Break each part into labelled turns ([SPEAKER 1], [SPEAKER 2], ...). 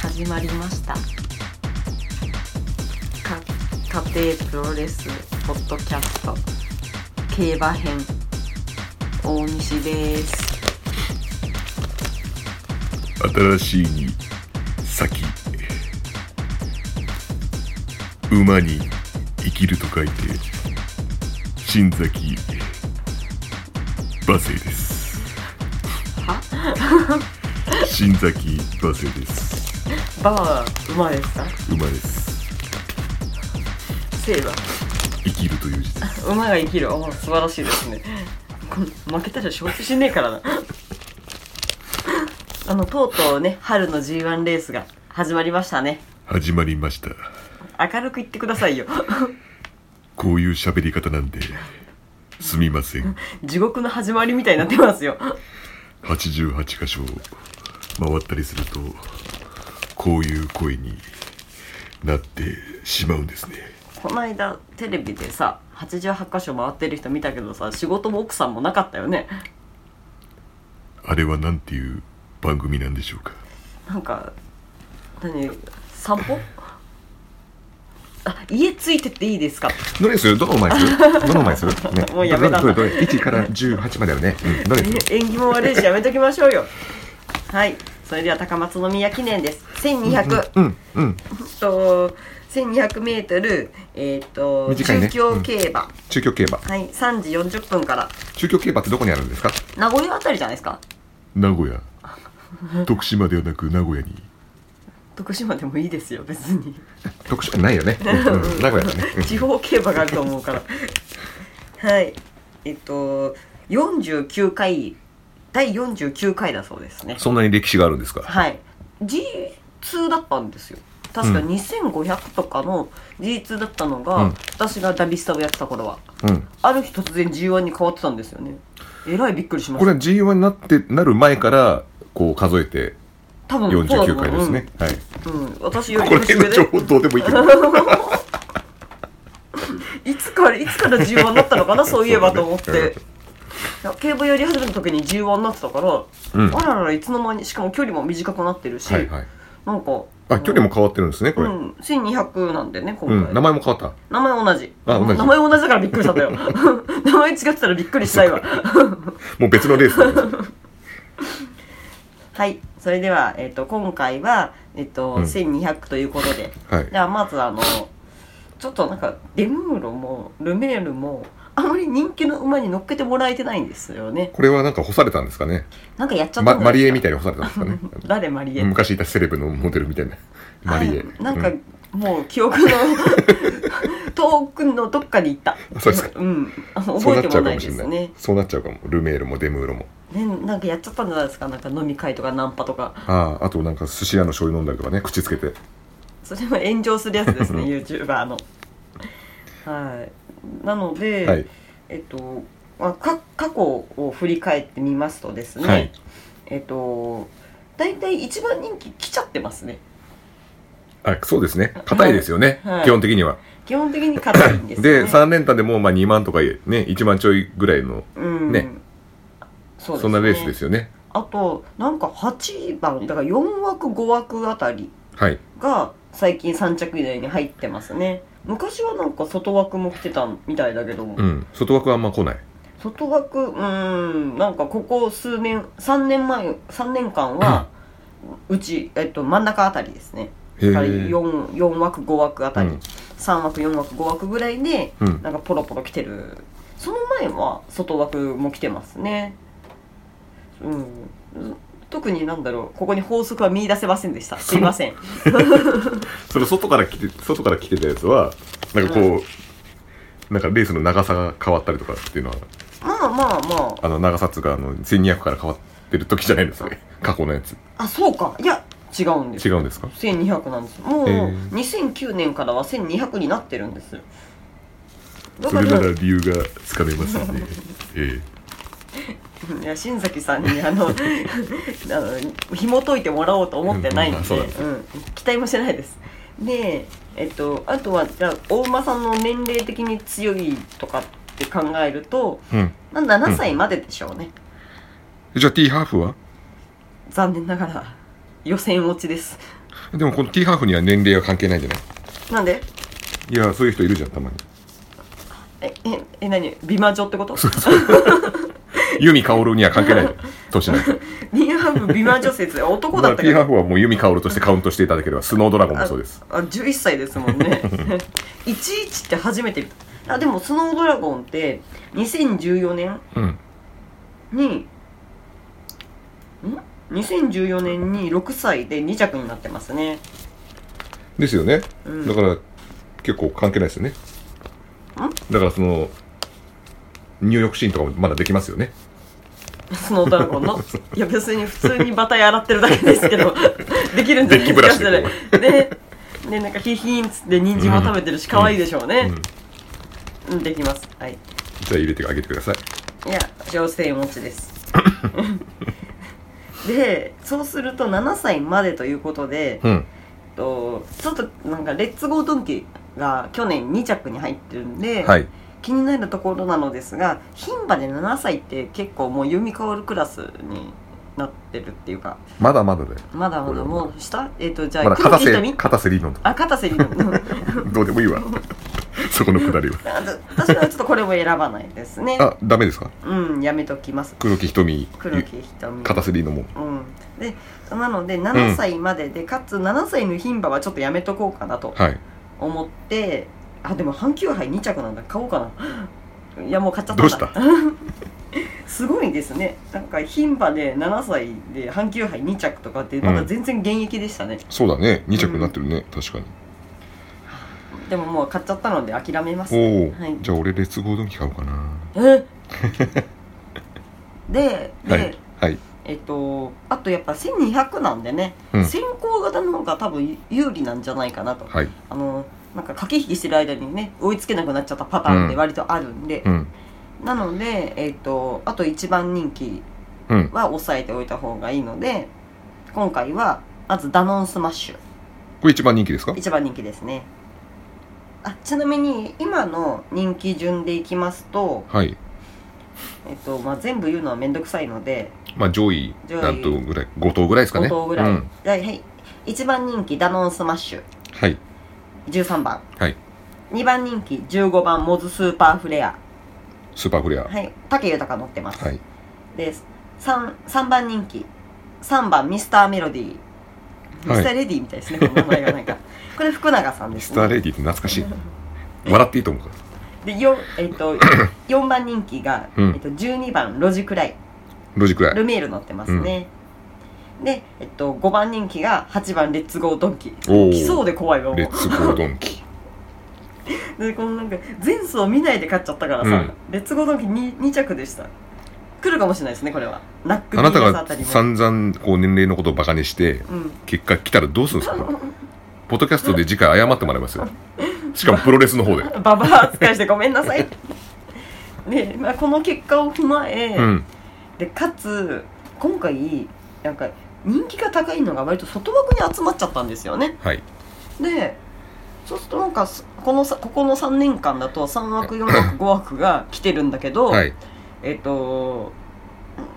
[SPEAKER 1] 始まりましたか家庭プロレスポッドキャスト競馬編大西です
[SPEAKER 2] 新しいに先馬に生きると書いて新崎馬生です
[SPEAKER 1] は
[SPEAKER 2] 新崎馬生です
[SPEAKER 1] バーは馬ですか
[SPEAKER 2] 馬です
[SPEAKER 1] セーバ
[SPEAKER 2] 生きるという字です
[SPEAKER 1] ー馬が生きるおー素晴らしいですねこん負けたら承知しねえから なあのとうとうね春の G1 レースが始まりましたね
[SPEAKER 2] 始まりました
[SPEAKER 1] 明るく言ってくださいよ
[SPEAKER 2] こういう喋り方なんですみません
[SPEAKER 1] 地獄の始まりみたいになってますよ
[SPEAKER 2] 88箇所回ったりするとこういう声になってしまうんですね
[SPEAKER 1] この間テレビでさ88箇所回ってる人見たけどさ仕事も奥さんもなかったよね
[SPEAKER 2] あれはなんていう番組なんでしょうか
[SPEAKER 1] なんか何散歩あ家ついてっていいですか
[SPEAKER 3] どれにするどの前にす るどの前にする、ね
[SPEAKER 1] もうやめた
[SPEAKER 3] どれどれどれ1から18まであるね、うん、どれにする
[SPEAKER 1] 縁起も悪いしやめときましょうよはいそれでは高松宮記念です1200、
[SPEAKER 3] うんうん
[SPEAKER 1] と 1200m えっ、と、
[SPEAKER 3] 短い
[SPEAKER 1] 中
[SPEAKER 3] ね
[SPEAKER 1] 京競馬、
[SPEAKER 3] 中京競馬
[SPEAKER 1] はい3時40分から
[SPEAKER 3] 中京競馬ってどこにあるんですか
[SPEAKER 1] 名古屋あたりじゃないですか
[SPEAKER 2] 名古屋徳島ではなく名古屋に
[SPEAKER 1] 徳島でもいいですよ別に
[SPEAKER 3] 特殊ないよね、うんうん名古屋だね、う ん
[SPEAKER 1] 地方競馬があると思うからはいえっと49回第49回だそうですね
[SPEAKER 3] そんなに歴史があるんですか、
[SPEAKER 1] はい G2 だったんですよ確か2500とかの G2 だったのが、
[SPEAKER 3] うん
[SPEAKER 1] 私がダビスタをやってた頃は
[SPEAKER 3] うん、
[SPEAKER 1] ある日突然 G1 に変わってたんですよねえらいびっくりしま
[SPEAKER 3] こ
[SPEAKER 1] し
[SPEAKER 3] れ
[SPEAKER 1] た
[SPEAKER 3] は G1 になってなる前からこう数えて
[SPEAKER 1] 多分そうだ
[SPEAKER 3] 49
[SPEAKER 1] と思う
[SPEAKER 3] 回ですね、はい
[SPEAKER 1] うん、うん私より
[SPEAKER 3] これ
[SPEAKER 1] 年上
[SPEAKER 3] の
[SPEAKER 1] で
[SPEAKER 3] 情報どうでもいいけど
[SPEAKER 1] いつからいつから G1 だったのかなそういえばと思って、
[SPEAKER 3] そうだね
[SPEAKER 1] いや競馬やり始めた時に G1 になってたから、
[SPEAKER 3] うん
[SPEAKER 1] あらららいつの間にしかも距離も短くなってるし、
[SPEAKER 3] はいはい
[SPEAKER 1] なんか
[SPEAKER 3] あ距離も変わってるんですねこ
[SPEAKER 1] う
[SPEAKER 3] れ、
[SPEAKER 1] ん1200なんでね今
[SPEAKER 3] う
[SPEAKER 1] 回、
[SPEAKER 3] ん、名前も変わった
[SPEAKER 1] 名前同じ
[SPEAKER 3] あ同じ
[SPEAKER 1] 名前同じだからびっくりしたんだ よ 名前違ってたらびっくりしたいわ
[SPEAKER 3] もう別のレースなんです
[SPEAKER 1] はいそれでは、えっと今回は、えっと
[SPEAKER 3] うん
[SPEAKER 1] 1200ということで
[SPEAKER 3] はい
[SPEAKER 1] じゃあまずあのちょっとなんかデムーロもルメールもあまり人気の馬に乗っけてもらえてないんですよね
[SPEAKER 3] これはなんか干されたんですかね
[SPEAKER 1] なんかやっちゃったん
[SPEAKER 3] ま、
[SPEAKER 1] じゃ
[SPEAKER 3] マ
[SPEAKER 1] ない
[SPEAKER 3] リ
[SPEAKER 1] ですか
[SPEAKER 3] エみたいに干されたんですかね
[SPEAKER 1] 誰マリエ
[SPEAKER 3] 昔いたセレブのモデルみたいなマリエ
[SPEAKER 1] あなん
[SPEAKER 3] う
[SPEAKER 1] かもう記憶の 遠くのどっかに行った
[SPEAKER 3] あそうですか
[SPEAKER 1] うんあの
[SPEAKER 3] そ
[SPEAKER 1] 覚
[SPEAKER 3] う
[SPEAKER 1] え
[SPEAKER 3] なってち
[SPEAKER 1] も
[SPEAKER 3] ゃう
[SPEAKER 1] な
[SPEAKER 3] か
[SPEAKER 1] いで
[SPEAKER 3] もしれ
[SPEAKER 1] す
[SPEAKER 3] な
[SPEAKER 1] ね
[SPEAKER 3] いそうなっちゃうかもルメールもデムーロも
[SPEAKER 1] ねなんかやっちゃったんじゃないですかなんか飲み会とかナンパとか
[SPEAKER 3] あああとなんか寿司屋の醤油飲んだりとかね口つけて
[SPEAKER 1] それは炎上するやつですね YouTuber のはいなので、
[SPEAKER 3] はい
[SPEAKER 1] えっと、まあ、か過去を振り返ってみますとですね、
[SPEAKER 3] はい
[SPEAKER 1] えっと大体一番人気来ちゃってますね
[SPEAKER 3] あそうですね硬いですよね、
[SPEAKER 1] はいはい
[SPEAKER 3] 基本的には
[SPEAKER 1] 基本的に硬いんですよね
[SPEAKER 3] で3連単でもうまあ2万とかね1万ちょいぐらいの
[SPEAKER 1] うん
[SPEAKER 3] ね
[SPEAKER 1] そうですね
[SPEAKER 3] そんなレースですよね
[SPEAKER 1] あとなんか8番だから4枠5枠あたり
[SPEAKER 3] はい
[SPEAKER 1] が最近3着以内に入ってますね昔はなんか外枠も来てたみたいだけども、
[SPEAKER 3] うん外枠はあんま来ない
[SPEAKER 1] 外枠うーんなんかここ数年3年前3年間は、うち、えっと、真ん中あたりですね
[SPEAKER 3] へ
[SPEAKER 1] だから
[SPEAKER 3] え
[SPEAKER 1] 4, 4枠5枠あたり、
[SPEAKER 3] うん
[SPEAKER 1] 3枠4枠5枠ぐらいで
[SPEAKER 3] うん
[SPEAKER 1] なんかポロポロ来てるその前は外枠も来てますねうん特になんだろうここに法則は見出せません でしたすいません
[SPEAKER 3] その外から来て外から来てたやつはなんかこう、なんかレースの長さが変わったりとかっていうのは
[SPEAKER 1] まあまあまあ
[SPEAKER 3] あの長さっつうかあの1200から変わってる時じゃないん ですかね過去のやつ
[SPEAKER 1] あそうかいや違うんです
[SPEAKER 3] 違うんですか
[SPEAKER 1] 1200なんですもう
[SPEAKER 3] へえ
[SPEAKER 1] 2009年からは1200になってるんですよだ
[SPEAKER 2] そ
[SPEAKER 1] か
[SPEAKER 2] れ
[SPEAKER 1] ら
[SPEAKER 2] なら理由がつかめますねえ
[SPEAKER 1] いや新崎さんに あのあの紐解いてもらおうと思ってないん
[SPEAKER 3] うんまあ
[SPEAKER 1] で、
[SPEAKER 3] そううんだね
[SPEAKER 1] 期待もしてないですでえっとあとはじゃあ大馬さんの年齢的に強いとかって考えると、
[SPEAKER 3] えうん
[SPEAKER 1] まあ、7歳まででしょうね、
[SPEAKER 3] じゃあ T ハーフは
[SPEAKER 1] 残念ながら予選落ちです
[SPEAKER 3] でもこの T ハーフには年齢は関係ないんじゃない
[SPEAKER 1] なんで
[SPEAKER 3] いやそういう人いるじゃんたまに
[SPEAKER 1] えええ何美魔女ってこと
[SPEAKER 3] 由美薫には関係 ないじゃん年なんて
[SPEAKER 1] リンハーフ美魔女説男
[SPEAKER 3] ま
[SPEAKER 1] だ
[SPEAKER 3] あ
[SPEAKER 1] った
[SPEAKER 3] T
[SPEAKER 1] け
[SPEAKER 3] ハー
[SPEAKER 1] ど
[SPEAKER 3] フはもう由美薫としてカウントしていただければスノードラゴンも
[SPEAKER 1] あ
[SPEAKER 3] そうです
[SPEAKER 1] あ11歳ですもん ね11って初めて見たあでもスノードラゴンって2014年
[SPEAKER 3] うん
[SPEAKER 1] にん2014年に6歳で2着になってますね
[SPEAKER 3] ですよね、
[SPEAKER 1] うん
[SPEAKER 3] だから結構関係ないですよねだからその入浴シーンとかもまだできますよね
[SPEAKER 1] スノードラゴ ンのいや別に普通にバタイ洗ってるだけですけどできるんじゃない
[SPEAKER 3] デッキブラシで
[SPEAKER 1] で
[SPEAKER 3] こ
[SPEAKER 1] ででなんかヒーヒーンっつって人参も食べてるし可愛いでしょうね、うんできますはい
[SPEAKER 3] じゃあ入れてあげてください
[SPEAKER 1] いや女性持ちです でそうすると7歳までということで、
[SPEAKER 3] うん
[SPEAKER 1] とちょっとなんかレッツゴードンキが去年2着に入ってるんで、
[SPEAKER 3] はい
[SPEAKER 1] 気になるところなのですが牝馬で7歳って結構もう弓香るクラスになってるっていうか
[SPEAKER 3] まだまだだよ
[SPEAKER 1] まだま
[SPEAKER 3] これ
[SPEAKER 1] だ
[SPEAKER 3] は
[SPEAKER 1] もうしたえっ、とじゃ
[SPEAKER 3] ま
[SPEAKER 1] あ
[SPEAKER 3] だ
[SPEAKER 1] 黒
[SPEAKER 3] 片
[SPEAKER 1] 木
[SPEAKER 3] 瀬
[SPEAKER 1] 瞳
[SPEAKER 3] 片瀬理論とか
[SPEAKER 1] あ片瀬にあ
[SPEAKER 3] どうでもいい わそこのくだりは
[SPEAKER 1] 私はちょっとこれも選ばないですね
[SPEAKER 3] あダメですか
[SPEAKER 1] うんやめときます
[SPEAKER 3] 黒木瞳
[SPEAKER 1] 黒木瞳
[SPEAKER 3] 片瀬理のも
[SPEAKER 1] うん、でなので7歳までで、かつ7歳の牝馬はちょっとやめとこうかなと
[SPEAKER 3] はい
[SPEAKER 1] 思ってあでも阪急杯2着なんだ買おうかないやもう買っちゃった
[SPEAKER 3] ど
[SPEAKER 1] ん
[SPEAKER 3] う
[SPEAKER 1] だ
[SPEAKER 3] した
[SPEAKER 1] すごいですねなんか牝馬で7歳で阪急杯2着とかってまだ全然現役でしたね、
[SPEAKER 3] そうだね2着になってるね、確かに
[SPEAKER 1] でももう買っちゃったので諦めます
[SPEAKER 3] おお、
[SPEAKER 1] はい
[SPEAKER 3] じゃあ俺レッツゴードンキ買おうかな
[SPEAKER 1] えでで、
[SPEAKER 3] はいはい
[SPEAKER 1] えっとあとやっぱ1200なんでね、
[SPEAKER 3] うん
[SPEAKER 1] 先行型の方が多分有利なんじゃないかなと
[SPEAKER 3] はい
[SPEAKER 1] あのなんか駆け引きしてる間にね追いつけなくなっちゃったパターンって割とあるんで
[SPEAKER 3] う、ん
[SPEAKER 1] なので、えっとあと一番人気
[SPEAKER 3] うん
[SPEAKER 1] は抑えておいた方がいいので今回はまずダノンスマッシュ
[SPEAKER 3] これ一番人気ですか
[SPEAKER 1] 一番人気ですねあちなみに今の人気順でいきますと、
[SPEAKER 3] はい
[SPEAKER 1] えっとまあ、全部言うのは面倒くさいので
[SPEAKER 3] まあ上位
[SPEAKER 1] 上位
[SPEAKER 3] 何頭ぐらい5頭ぐらいですかね
[SPEAKER 1] 5頭ぐらい、
[SPEAKER 3] うん
[SPEAKER 1] はいはい一番人気ダノンスマッシュ
[SPEAKER 3] はい
[SPEAKER 1] 13番
[SPEAKER 3] はい
[SPEAKER 1] 2番人気15番モズスーパーフレア
[SPEAKER 3] スーパーフレアは
[SPEAKER 1] はい武豊乗ってます、
[SPEAKER 3] い
[SPEAKER 1] で 3, 3番人気3番ミスターメロディー、
[SPEAKER 3] はい
[SPEAKER 1] ミスターレディーみたいですねこの名前がなん かこれ福永さんで
[SPEAKER 3] ミ
[SPEAKER 1] す
[SPEAKER 3] スター
[SPEAKER 1] ね
[SPEAKER 3] レディーって懐かしい笑っていいと思うから
[SPEAKER 1] で 4,、えっ と4番人気が、
[SPEAKER 3] うん
[SPEAKER 1] えっと、12番ロジクライ
[SPEAKER 3] ロジクライ
[SPEAKER 1] ルメール乗ってますね、で、えっと、5番人気が8番レッツゴードンキ
[SPEAKER 3] おお
[SPEAKER 1] 来そうで怖いわも
[SPEAKER 3] レッツゴード ンキ
[SPEAKER 1] うでこのなんか前走見ないで買っちゃったからさ、
[SPEAKER 3] うん
[SPEAKER 1] レッツゴードンキ 2, 2着でした来るかもしれないですねこれはナック
[SPEAKER 3] あなた
[SPEAKER 1] ビーナス
[SPEAKER 3] が
[SPEAKER 1] あたりも
[SPEAKER 3] 散々こう年齢のことをバカにして
[SPEAKER 1] うん
[SPEAKER 3] 結果来たらどうするんですかこれポッドキャストで次回謝ってもらいますよしかもプロレスの方で
[SPEAKER 1] ババア扱いしてごめんなさ い。で、まあ、この結果を踏まえ、
[SPEAKER 3] うん
[SPEAKER 1] でかつ今回なんか人気が高いのが割と外枠に集まっちゃったんですよね。
[SPEAKER 3] はい
[SPEAKER 1] でそうするとなんかすこのさここの3年間だと3枠4枠5枠が来てるんだけど、
[SPEAKER 3] はい
[SPEAKER 1] えっ、と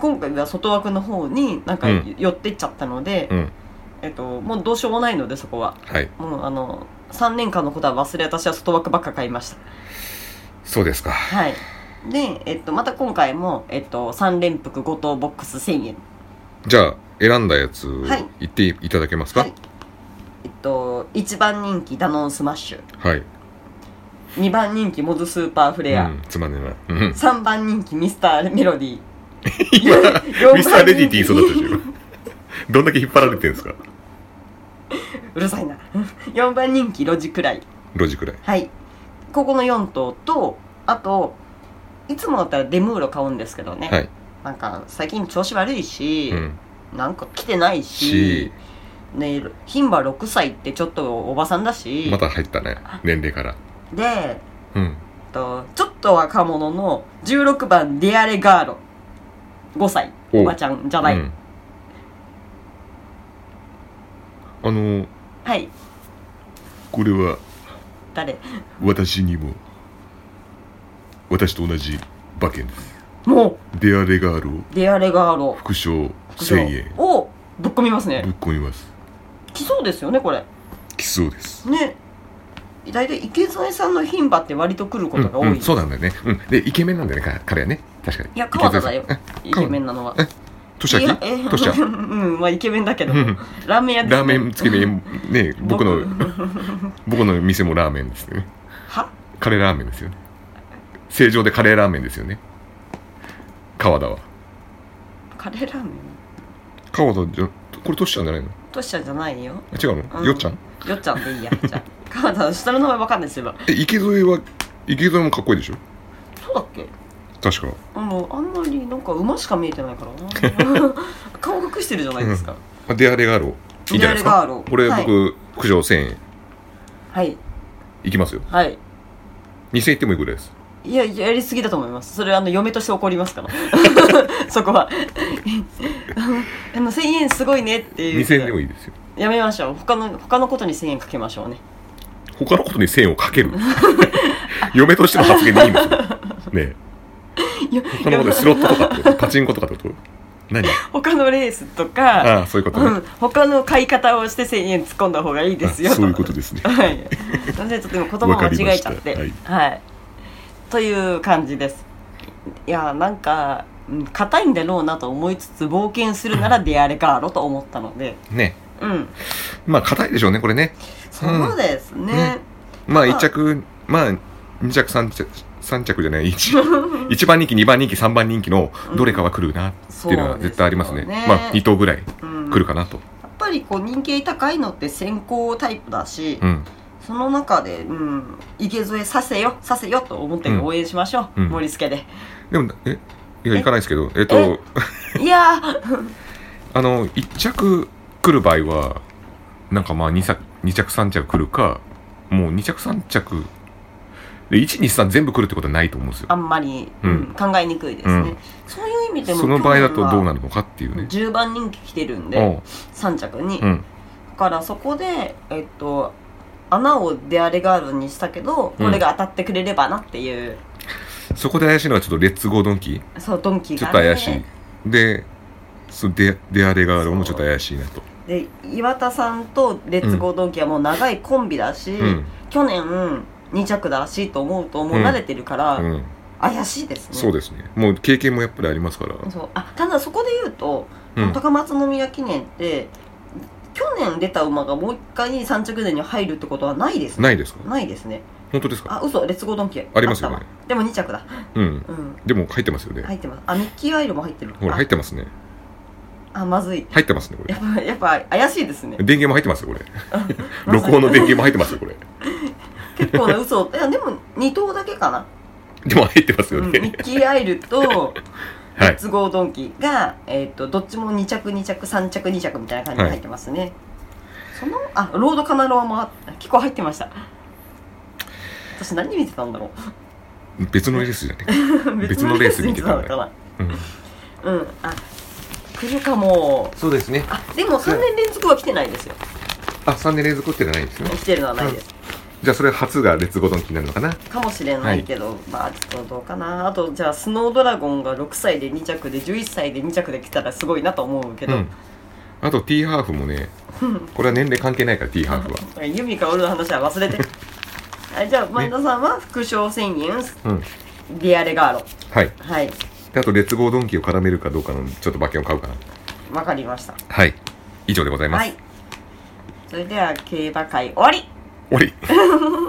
[SPEAKER 1] 今回は外枠の方になんか
[SPEAKER 3] うん
[SPEAKER 1] 寄ってっちゃったので、
[SPEAKER 3] うん
[SPEAKER 1] えっともうどうしようもないのでそこは
[SPEAKER 3] はい
[SPEAKER 1] もうあの3年間のことは忘れ私は外枠ばっか買いました。
[SPEAKER 3] そうですか
[SPEAKER 1] はい。で、えっと、また今回も、えっと、3連服5等ボックス1000円。
[SPEAKER 3] じゃあ選んだやつ
[SPEAKER 1] はい
[SPEAKER 3] 言っていただけますか
[SPEAKER 1] はいえっと、1番人気ダノンスマッシュ。
[SPEAKER 3] はい
[SPEAKER 1] 2番人気モズスーパーフレア。
[SPEAKER 3] うんつまんねえなうん
[SPEAKER 1] 3番人気ミスターメロディー。
[SPEAKER 3] 今
[SPEAKER 1] 4番
[SPEAKER 3] ミスターレディーって言いそうだったでしょ どんだけ引っ張られてるんですか
[SPEAKER 1] うるさいな。4番人気ロジくらい。
[SPEAKER 3] ロジくらい
[SPEAKER 1] はい。ここの4頭と、あと、いつもだったらデムーロ買うんですけどね。
[SPEAKER 3] はい
[SPEAKER 1] なんか、最近調子悪いし、
[SPEAKER 3] うん
[SPEAKER 1] なんか来てないし
[SPEAKER 3] し、
[SPEAKER 1] ね、牝馬6歳ってちょっとおばさんだし、
[SPEAKER 3] また入ったね年齢から
[SPEAKER 1] で、
[SPEAKER 3] うん
[SPEAKER 1] えっとちょっと若者の16番ディアレガーロ5歳
[SPEAKER 3] おう
[SPEAKER 1] おばちゃんじゃない、
[SPEAKER 3] うんあの
[SPEAKER 1] はい
[SPEAKER 2] これは
[SPEAKER 1] 誰
[SPEAKER 2] 私にも私と同じ馬券です
[SPEAKER 1] も
[SPEAKER 2] デアレガールを
[SPEAKER 1] うディアレガーロ
[SPEAKER 2] 副賞1000円
[SPEAKER 1] をぶっ込みますね
[SPEAKER 2] ぶっ込みます
[SPEAKER 1] 来そうですよねこれ
[SPEAKER 3] 来そうです
[SPEAKER 1] ね大体池添さんの牝馬って割と来ることが多い、
[SPEAKER 3] うんうん、そうなんだよね、うん、でイケメンなんだよねか彼はね確かに
[SPEAKER 1] いや川田だよ
[SPEAKER 3] 池田さん
[SPEAKER 1] イケメンなのは
[SPEAKER 3] え年明
[SPEAKER 1] いやえ
[SPEAKER 3] トシちゃん
[SPEAKER 1] うんまあイケメンだけど、
[SPEAKER 3] うん
[SPEAKER 1] ラーメン屋です、ね、
[SPEAKER 3] ラーメンつ け麺ね僕の僕の店もラーメンですよね
[SPEAKER 1] は
[SPEAKER 3] カレーラーメンですよね正常でカレーラーメンですよね川田は
[SPEAKER 1] カレーラーメン
[SPEAKER 3] 川田じゃこれトシちゃんじゃないの
[SPEAKER 1] トシちゃんじゃないよ
[SPEAKER 3] あ違うの、
[SPEAKER 1] うん
[SPEAKER 3] よっちゃん
[SPEAKER 1] よっちゃんでいいやじゃあ川田の下の名前わかんないですよ
[SPEAKER 3] え池添は池添もかっこいいでしょ
[SPEAKER 1] そうだっけ
[SPEAKER 3] 確か
[SPEAKER 1] もうあんまりなんか馬しか見えてないから な顔隠してるじゃないですか、
[SPEAKER 3] あデアレガーロいいんじゃないです
[SPEAKER 1] デア
[SPEAKER 3] か
[SPEAKER 1] レガーロ
[SPEAKER 3] これ
[SPEAKER 1] はい
[SPEAKER 3] 僕九条1000円
[SPEAKER 1] はい
[SPEAKER 3] いきますよ
[SPEAKER 1] はい
[SPEAKER 3] 2000円いってもいいぐらいです
[SPEAKER 1] いややりすぎだと思いますそれあの嫁として怒りますから そこは あの1000円すごいねっていう
[SPEAKER 3] 2000円でもいいですよ
[SPEAKER 1] やめましょう他の他のことに1000円かけましょうね
[SPEAKER 3] 他のことに線をかける 嫁としての発言でいいんですよね
[SPEAKER 1] いや
[SPEAKER 3] え他のことでスロットとかってパチンコとかってこと何
[SPEAKER 1] 他のレースとか
[SPEAKER 3] ああそういうこと
[SPEAKER 1] う
[SPEAKER 3] ね
[SPEAKER 1] ん、他の買い方をして1000円突っ込んだ方がいいですよ
[SPEAKER 3] あそういうことですね
[SPEAKER 1] はいなんでちょっと今言葉を間違えちゃって
[SPEAKER 3] わか
[SPEAKER 1] はい
[SPEAKER 3] りま、
[SPEAKER 1] という感じですいやなんかうん硬いんだろうなと思いつつ冒険するならであれかろと思ったので
[SPEAKER 3] ね
[SPEAKER 1] うん
[SPEAKER 3] まあ硬いでしょうねこれね
[SPEAKER 1] そうですね、
[SPEAKER 3] まあ
[SPEAKER 1] まあ
[SPEAKER 3] 1着まあ2着3着3着じゃない 1, 一番人気2番人気3番人気のどれかは来るなっていうのは絶対ありますね,、
[SPEAKER 1] そうですよね
[SPEAKER 3] まあ2頭ぐらい
[SPEAKER 1] うん
[SPEAKER 3] 来るかなと、
[SPEAKER 1] やっぱりこう人気高いのって先行タイプだし、
[SPEAKER 3] うん、
[SPEAKER 1] その中で、うん、池添させよさせよと思って応援しましょう、
[SPEAKER 3] うん
[SPEAKER 1] 盛り付けで
[SPEAKER 3] でもえいや
[SPEAKER 1] え
[SPEAKER 3] 行かないですけどえっと
[SPEAKER 1] いやー
[SPEAKER 3] あの1着来る場合はなんかまあ 2, 着2着3着来るかもう2着3着で123全部来るってことはないと思うんですよ
[SPEAKER 1] あんまり、
[SPEAKER 3] うん
[SPEAKER 1] うん考えにくいですね、
[SPEAKER 3] うん
[SPEAKER 1] そういう意味でも
[SPEAKER 3] その場合だとどう
[SPEAKER 1] な
[SPEAKER 3] なるのかっていうね
[SPEAKER 1] 10番人気来てるん
[SPEAKER 3] う
[SPEAKER 1] で
[SPEAKER 3] ん
[SPEAKER 1] 3着に、
[SPEAKER 3] う
[SPEAKER 1] だ
[SPEAKER 3] ん
[SPEAKER 1] からそこでえっと穴をデアレガールにしたけどこれが当たってくれればなっていう、
[SPEAKER 3] そこで怪しいのはちょっとレッツゴードンキー
[SPEAKER 1] そうドンキ
[SPEAKER 3] ちょ
[SPEAKER 1] が、
[SPEAKER 3] っ
[SPEAKER 1] ね、
[SPEAKER 3] と怪しい。で、そのデデアレガールもちょっと怪しいなと。
[SPEAKER 1] で岩田さんとレッツゴードンキはもう長いコンビだし、
[SPEAKER 3] うん。
[SPEAKER 1] 去年2着だしと思うともう
[SPEAKER 3] うん
[SPEAKER 1] 慣れてるから、
[SPEAKER 3] うん。
[SPEAKER 1] 怪しいですね
[SPEAKER 3] そうですね。もう経験もやっぱりありますから。
[SPEAKER 1] そうあただそこで言うと、
[SPEAKER 3] うん。
[SPEAKER 1] 高松宮記念って去年出た馬がもう一回3着年に入るってことはないですね
[SPEAKER 3] ないですか
[SPEAKER 1] ないですね
[SPEAKER 3] 本当ですか
[SPEAKER 1] あ嘘レッツゴードンキ
[SPEAKER 3] ありますよね
[SPEAKER 1] あったわでも2着だ
[SPEAKER 3] うん。
[SPEAKER 1] うん
[SPEAKER 3] でも入ってますよね。
[SPEAKER 1] 入ってますあミッキーアイルも入ってる
[SPEAKER 3] ほら、入ってますね。
[SPEAKER 1] ああまずい
[SPEAKER 3] 入ってますね、これ
[SPEAKER 1] や。っぱやっぱ怪しいですね
[SPEAKER 3] 電源も入ってますよ、これ。
[SPEAKER 1] まずい
[SPEAKER 3] 録音の電源も入ってますよ、これ。
[SPEAKER 1] 結構な嘘いやでも2頭だけかな、
[SPEAKER 3] でも入ってます
[SPEAKER 1] う
[SPEAKER 3] よ
[SPEAKER 1] ん、ミ
[SPEAKER 3] ね。
[SPEAKER 1] ッキーアイルと
[SPEAKER 3] は
[SPEAKER 1] レッ
[SPEAKER 3] い。
[SPEAKER 1] ツゴードンキが、えー、とどっちも2着2着3着2着みたいな感じで入ってますね、そのあロードカナロアもあ結構入ってました私何見てたんだろ
[SPEAKER 3] 別のレースじゃね
[SPEAKER 1] う
[SPEAKER 3] 別のレース見てた んだ
[SPEAKER 1] 別のレース
[SPEAKER 3] うん
[SPEAKER 1] 見てたのかなうんあ来るかも
[SPEAKER 3] そうですね。
[SPEAKER 1] あでも3年連続は来てないですよ
[SPEAKER 3] あ、3年連続ってのはないんですね。
[SPEAKER 1] 来てるのはないです、
[SPEAKER 3] じゃあ、それ初がレッツゴードンキになるのかな
[SPEAKER 1] かもしれないけど、まあちょっとどうかなあとじゃあスノードラゴンが6歳で2着で11歳で2着で来たらすごいなと思うけど、
[SPEAKER 3] うん。あと、T ハーフもね、これは年齢関係ないから、T ハーフは。
[SPEAKER 1] 由美か俺の話は忘 れてはいじゃあ前田さんは副賞1000円、
[SPEAKER 3] うん。
[SPEAKER 1] ディアレガーロ
[SPEAKER 3] はい。
[SPEAKER 1] はい
[SPEAKER 3] であと、レッツゴードンキを絡めるかどうかの、ちょっと馬券を買うかな。
[SPEAKER 1] わかりました
[SPEAKER 3] はい。以上でございます。
[SPEAKER 1] はいそれでは競馬会終わり
[SPEAKER 3] 終わり。